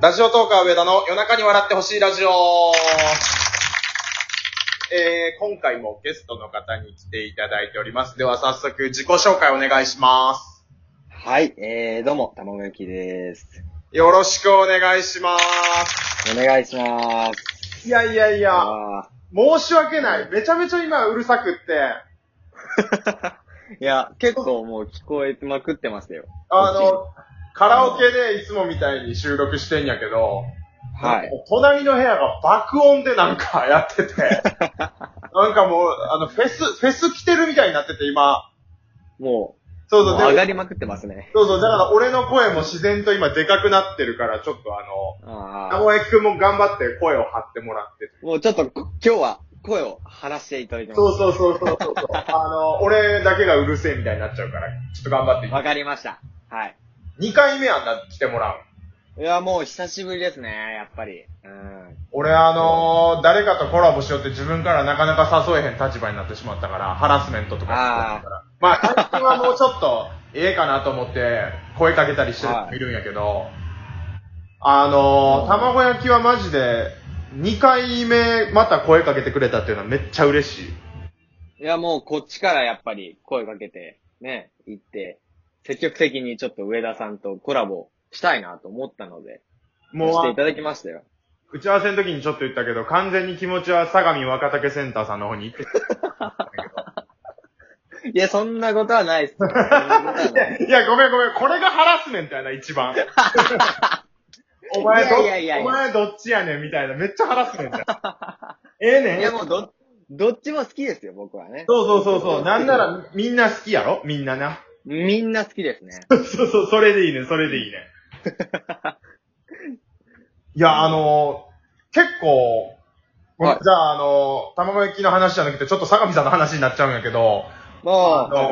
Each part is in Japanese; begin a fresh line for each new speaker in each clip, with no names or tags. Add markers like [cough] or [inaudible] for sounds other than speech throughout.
ラジオトーカー上田の夜中に笑ってほしいラジオ。えー、今回もゲストの方に来ていただいております。では早速自己紹介お願いします。
はい、えー、どうも、たまごゆきです。
よろしくお願いします。
お願いします。
いやいやいや、
あ
申し訳ない。めちゃめちゃ今うるさくって。
ー [laughs] いや、結構もう聞こえまくってましたよ。
あの、 [laughs] カラオケでいつもみたいに収録してんやけど、
はい。。
隣の部屋が爆音でなんかやってて、 [laughs] なんかもう、あの、フェス、フェス来てるみたいになってて今。
も、
そううそう、
もう上が
で
りまくってますね。
そうそう、だから俺の声も自然と今でかくなってるから、ちょっとあの、
あ
直江くんも頑張って声を張ってもらって。
ーもうちょっとこ今日は声を張らせていただいて
そ
ま
うそうそうそうそう。あの、俺だけがうるせえみたいになっちゃうから、ちょっと頑張
す。わ
っ
かりました。はい。
て。2回目やんな、来てもらう。
いや、もう久しぶりですね、やっぱり。うん。
俺あのー、誰かとコラボしようって自分からなかなか誘えへん立場になってしまったから、ハラスメントとかしてたから。まあ、最近はもうちょっと、ええかなと思って、声かけたりしてる人もいるんやけど、あのー、卵焼きはマジで、2回目また声かけてくれたっていうのはめっちゃ嬉しい。
いや、もうこっちからやっぱり声かけて、ね、行って、積極的にちょっと上田さんとコラボしたいなと思ったので、
もう
して
あ
い、ただきましたよ。
打ち合わせの時にちょっと言ったけど、完全に気持ちは相模若竹センターさんの方に行って
[laughs] いや、そんなことはないっ
[laughs]
す。そんなことはない
いや、ごめんごめん。これがハラスメントやな、一
[laughs]
番。お前ど、
いやいやいやいや
お前どっちやねんみたいな。めっちゃハラスメ
[laughs]
ントや。ええねん。
いや、もうど、どっちも好きですよ、僕はね。
そうそうそうそう。なんなら、みんな好きやろみんなな。 [laughs]
みんな好きですね。
そうそう、それでいいねん、それ
[laughs]
でいいねん。いや、あのー結構、ごめん
はい
じゃあ、あのー卵焼きの話じゃなくて、ちょっと相模さんの話になっちゃうんやけど、あ
も
のー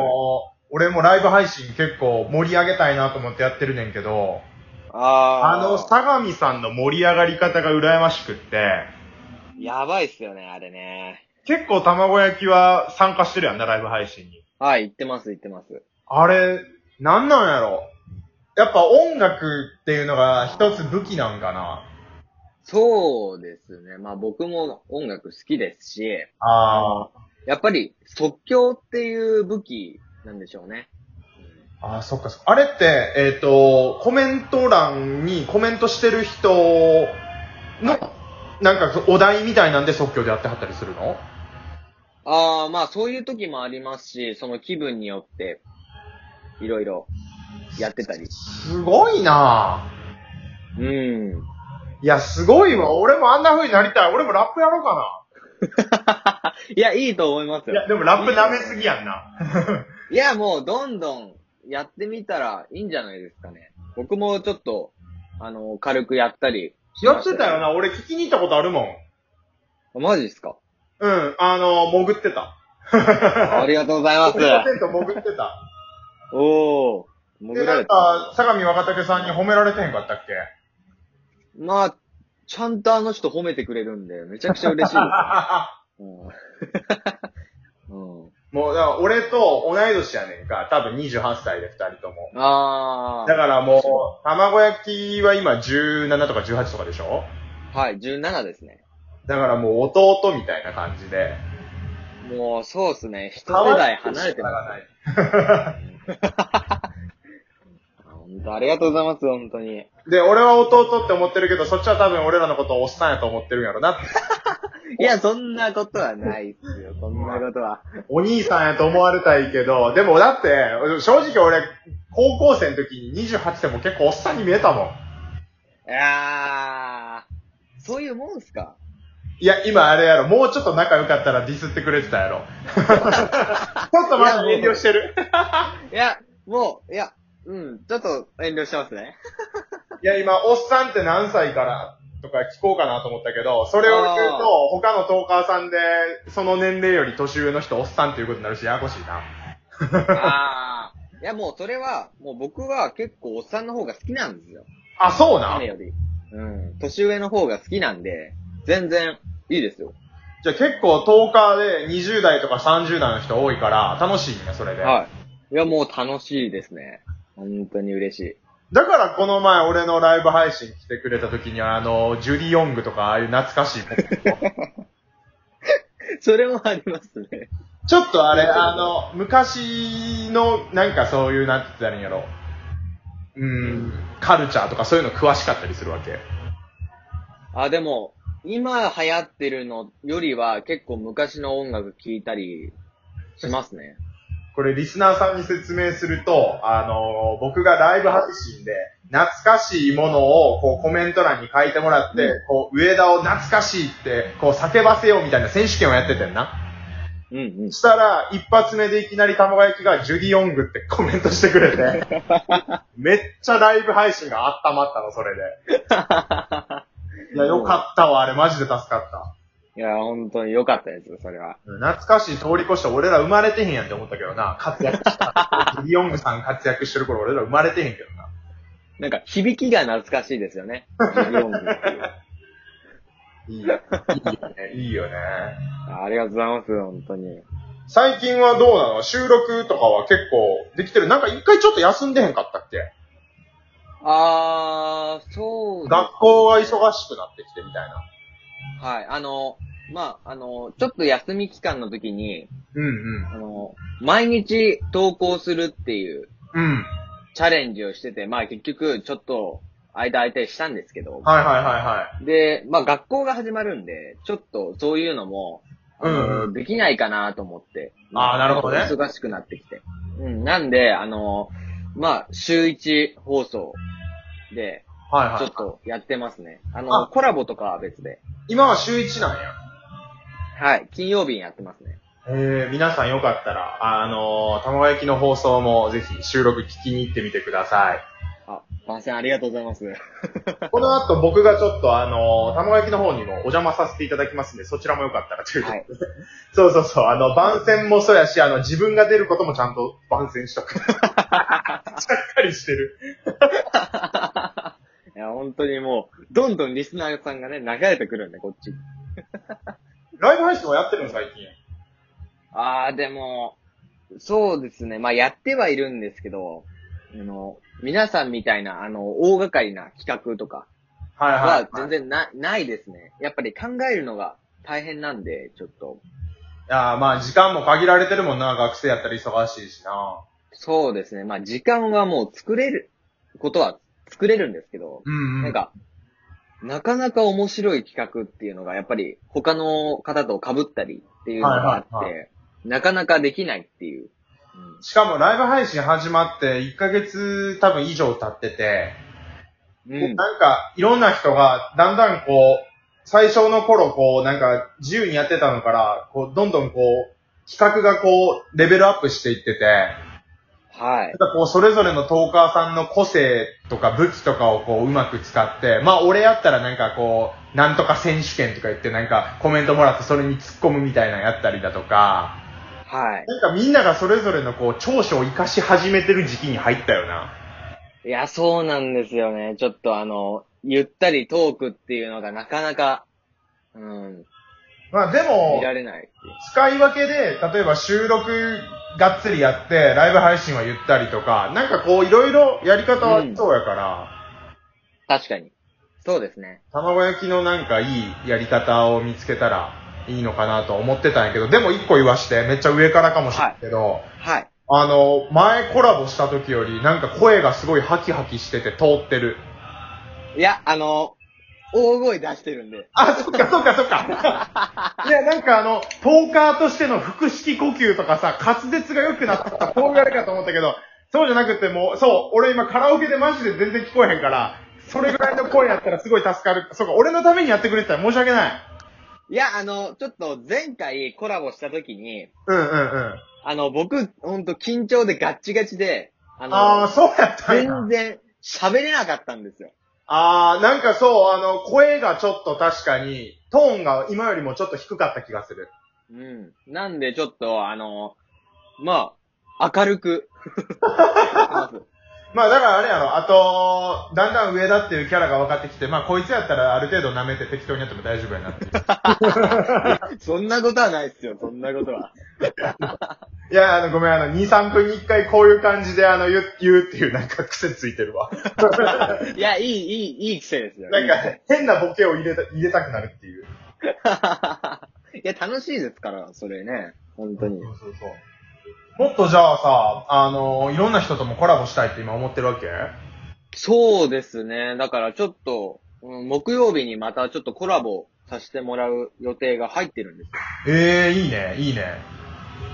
俺もライブ配信結構盛り上げたいなと思ってやってるねんけど、
う、あ
あの、相模さんの盛り上がり方が羨ましくって、
やばいっすよね、あれね。
結構卵焼きは参加してるやんな、ライブ配信に。
はい、言ってます、言ってます。
あれ、なんなんやろやっぱ音楽っていうのが一つ武器なんかな
そうですね。まあ僕も音楽好きですし、
あ
やっぱり即興っていう武器なんでしょうね。
ーあー、そっかそっか。あれって、えっ、と、コメント欄にコメントしてる人の、なんかお題みたいなんで即興でやってはったりするの
ああ、まあそういう時もありますし、その気分によって、いろいろやってたり。
すごいなぁ。
うん。
いや、すごいわ。俺もあんな風になりたい。俺もラップやろうかな。
いや、いいと思います
い
よ
や、。でもラップ舐めすぎやんな。
いや、もうどんどんやってみたらいいんじゃないですかね。僕もちょっと、あの、軽くやったりし
や
ま
っ
した
てたよな、俺聞きに行ったことあるもん。
あマジですか
うん、あの、潜ってた。
ありがとうございま
俺のテ [laughs]
す。
ント潜ってた。
おー。潜
で、
ら
な
れ
ん
た。
か、相模若竹さんに褒められてへんかったっけ [laughs]
まあ、ちゃんとあの人褒めてくれるんで、めちゃくちゃ嬉し
[laughs]
いです、ね。うん。 [laughs] うん、
もう、だから俺と同い年やねんか。多分28歳で、二人とも。
あ
だからもう、卵焼きは今17とか18とかでしょ
ー。はい、17ですね。
だからもう弟みたいな感じで。
もう、そうっすね。一世代離れて
変わ
ま
らず
す。本当ありがとうございます、本当に。
で、俺は弟って思ってるけど、そっちは多分俺らのことをおっさんやと思ってるんやろなって
いや、そんなことはないっすよ、そんなことは。
お兄さんやと思われたいけど、でもだって、正直俺、高校生の時に28でも結構おっさんに見えたもん。
いやー、そういうもんすか
いや、今あれやろ、もうちょっと仲良かったらディスってくれてた
[laughs]
やろ。ちょっとまだ遠慮してる。
いや、もう、いや、うん、ちょっと遠慮してますね。
いや、今、おっさんって何歳からとか聞こうかなと思ったけど、それを言うと
あー、
他のトーカーさんで、その年齢より年上の人おっさんっていうことになるし、ややこしいな。
あー。いや、もうそれは、もう僕は結構おっさんの方が好きなんですよ。
あ、そうな
彼より。うん、年上の方が好きなんで、全然いいですよ。
じゃあ結構トーカーで20代とか30代の人多いから、楽しいんや、それで。
はい。いや、もう楽しいですね。本当に嬉しい。
だからこの前俺のライブ配信来てくれた時には、あの、ジュディ・ヨングとか、ああいう懐かしい。
それもありますね。
ちょっとあれ、あの、昔の、なんかそういう、なんて言ったらいいんやろ。うん、カルチャーとかそういうの詳しかったりするわけ。
あ、でも、今流行ってるのよりは結構昔の音楽聴いたりします [laughs] ね。
これリスナーさんに説明すると、あの、僕がライブ配信で、懐かしいものを、こう、コメント欄に書いてもらって、
う
こう、上田を懐かしいって、こう、叫ばせようみたいな選手権をやっててんな。
うんうん
そ。したら、一発目でいきなり卵焼きがジュディ・ヨングってコメントしてくれ [laughs] て、めっちゃライブ配信が温まったの、そ [laughs] れで。いや、よかったわ、あれ、マジで助かった。
いや、本当に良かったですよ、それは。
懐かしい通り越して俺ら生まれてへんやんって思ったけどな、活躍 [laughs] した。ジュディ・ヨングさん活躍してる頃俺ら生まれてへんけどな。
なんか、響きが懐かしいですよね。ジュディオングっていう
いいよね。いいよね。
[laughs] あありがとうございます、本当に。
最近はどうなの収録とかは結構できてる。なんか一回ちょっと休んでへんかったっけ
あー、そうです
学校は忙しくなってきてみたいな。
はい。あの、まあ、あの、ちょっと休み期間の時に、
うん
あの、毎日投稿するっていう
うん。うん。
チャレンジをしてて、まあ、結局、ちょっと、間空いたりしたんですけど、
はいはいは
で、まあ、学校が始まるんで、ちょっと、そういうのも、
いはい。うんうん。
できないかなと思って。
あーなるほどね
忙しくなってきて。うん、なんで、あの、まあ、週一放送で、
はい
ち
は
ょっ
い。
とやってますね。あ
あ
の、コラボとかは別で。
今は週1なんや。
はい、金曜日にやってますね。
えー、皆さんよかったら、あのー、卵焼きの放送もぜひ収録聞きに行ってみてください。 [laughs]
あ、番宣ありがとうございます。
この後僕がちょっとあの、卵焼きの方にもお邪魔させていただきますんで、そちらもよかったらということで。
はい
そうそうそう、あの、番宣もそうやし、あの、自分が出ることもちゃんと番宣し [laughs] とく。ちゃっかりしてる。
いや、本当にもう、どんどんリスナーさんがね、流れてくるんで、こっちに。
ライブ配信はやってるの最近。
あー、でも、そうですね。まあ、やってはいるんですけど、あの、皆さんみたいな、あの、大掛かりな企画とか、
はいはい、
は全然な、ないですね。やっぱり考えるのが大変なんで、ちょっと。
いやーまあ時間も限られてるもんな、学生やったら忙しいしな。
そうですね。まあ時間はもう作れることは作れるんですけど、
うん、うん。
なんか、なかなか面白い企画っていうのがやっぱり他の方と被ったりっていうのがあって、
はいはい
なかなかできないっていう。うん
しかもライブ配信始まって1ヶ月多分以上経ってて、
うん。
なんか、いろんな人が、だんだんこう、最初の頃、こう、なんか、自由にやってたのから、こう、どんどんこう、企画がこう、レベルアップしていってて、
は
な
い
ん。かこう、それぞれのトーカーさんの個性とか武器とかをこう、うまく使って、まあ、俺やったらなんかこう、なんとか選手権とか言って、なんか、コメントもらってそれに突っ込むみたいなのやったりだとか、
はい。
なんかみんながそれぞれのこう、長所を活かし始めてる時期に入ったよな。
いや、そうなんですよね。ちょっとあの、ゆったりトークっていうのがなかなか、うん、
まあ、でも
見、られない。
使い分けで、例えば収録がっつりやって、ライブ配信はゆったりとか、なんかこういろいろやり方はそうやから、
確かに。そうですね。
卵焼きのなんかいいやり方を見つけたらいいのかなと思ってたんやけど、でも一個言わして、めっちゃ上からかもしれんけど、
はい。
あの、前コラボした時より、なんか声がすごいハキハキしてて通ってる。
いや、あの、大声出してるんで。
あ、そっかそっかそっか。
[laughs]
いや、なんかあの、トーカーとしての腹式呼吸とかさ、滑舌が良くなったとか、こういうあれかと思ったけど、そうじゃなくてもう、そう、俺今カラオケでマジで全然聞こえへんから、それぐらいの声やったらすごい助かる。そうか、俺のためにやってくれてたら申し訳ない。
いや、あの、ちょっと前回コラボした時に、
うんうんうん。
あの、僕、ほんと緊張でガッチガチで、あ
ああ、
の、
そうやったんや。
全然喋れなかったんですよ。
ああ、なんかそう、あの、声がちょっと確かに、トーンが今よりもちょっと低かった気がする。
うん。なんでちょっと、あの、まあ、明るく。
まあだからあれやろ、あと、だんだん上だっていうキャラが分かってきて、まあこいつやったらある程度舐めて適当にやっても大丈夫やなっていう。
そんなことはないっすよ、そんなことは。
いや、あの、ごめん、あの、2、3分に1回こういう感じで、あの、言う、言うっていう、なんか癖ついてるわ。
いや、いい、いい、いい癖です
[laughs]
よ。
なんか、変なボケを入れた、入れたくなるっていう。
いや、楽しいですから、それね。本当に。
そうそうそう。もっとじゃあさ、あの、いろんな人ともコラボしたいって今思ってるわけ
そうですね。だからちょっと、うん木曜日にまたちょっとコラボさせてもらう予定が入ってるんです
ええいいね、いいね。
よ。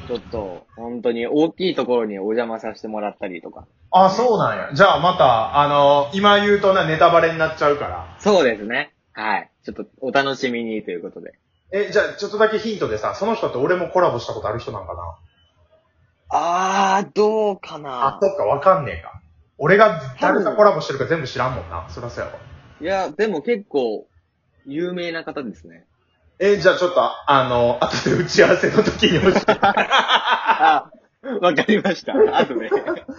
ちょっと、本当に大きいところにお邪魔させてもらったりとか。
あ、そうなんや。じゃあまた、あの、今言うとな、ネタバレになっちゃうから。
そうですね。はい。ちょっとお楽しみにということで。
え、じゃあちょっとだけヒントでさ、その人って俺もコラボしたことある人なんかな
あー、どうか
あ
な、。
そっか、わかんねえか。俺が誰とコラボしてるか全部知らんもんな。そりゃそうやわ。
いや、でも結構、有名な方ですね。
え、じゃあちょっと、あの、後で打ち合わせの時に教えて。
あ、わかりました。後で。
[laughs]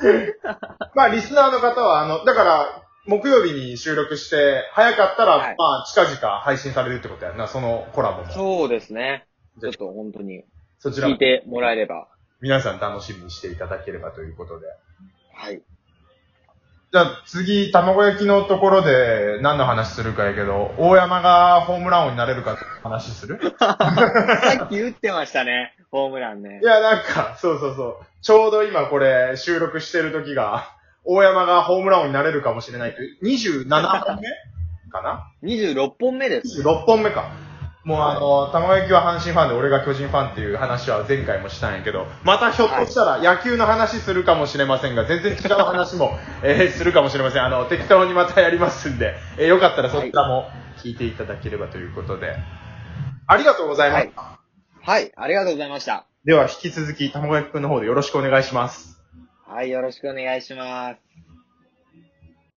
まあ、リスナーの方は、あの、だから、木曜日に収録して、早かったら、
はい
まあ、近々配信されるってことやんな、そのコラボも。
そうですね。ちょっと本当に、
そちら
聞
も
い、てもらえれば。
皆さん楽しみにしていただければということで。
はい。
じゃあ、次、卵焼きのところで、何の話するかやけど、大山がホームラン王になれるかって話する
さっき打ってましたね。ホームランね
い。や、なんか、そうそうそう。ちょうど今これ、収録してる時が、大山がホームラン王になれるかもしれないという、27本目 [laughs] かな
26本目ですね。
6本目か。もうあの、玉焼きは阪神ファンで俺が巨人ファンっていう話は前回もしたんやけど、またひょっとしたら野球の話するかもしれませんが、全然違う話 [laughs] も、えーするかもしれません。あの、適当にまたやりますんで、えーよかったらそちらも聞いていただければということで。ありがとうございます。
はい。ありがとうございました。
では引き続き、玉焼きくんの方でよろしくお願いします。
はい。よろしくお願いします。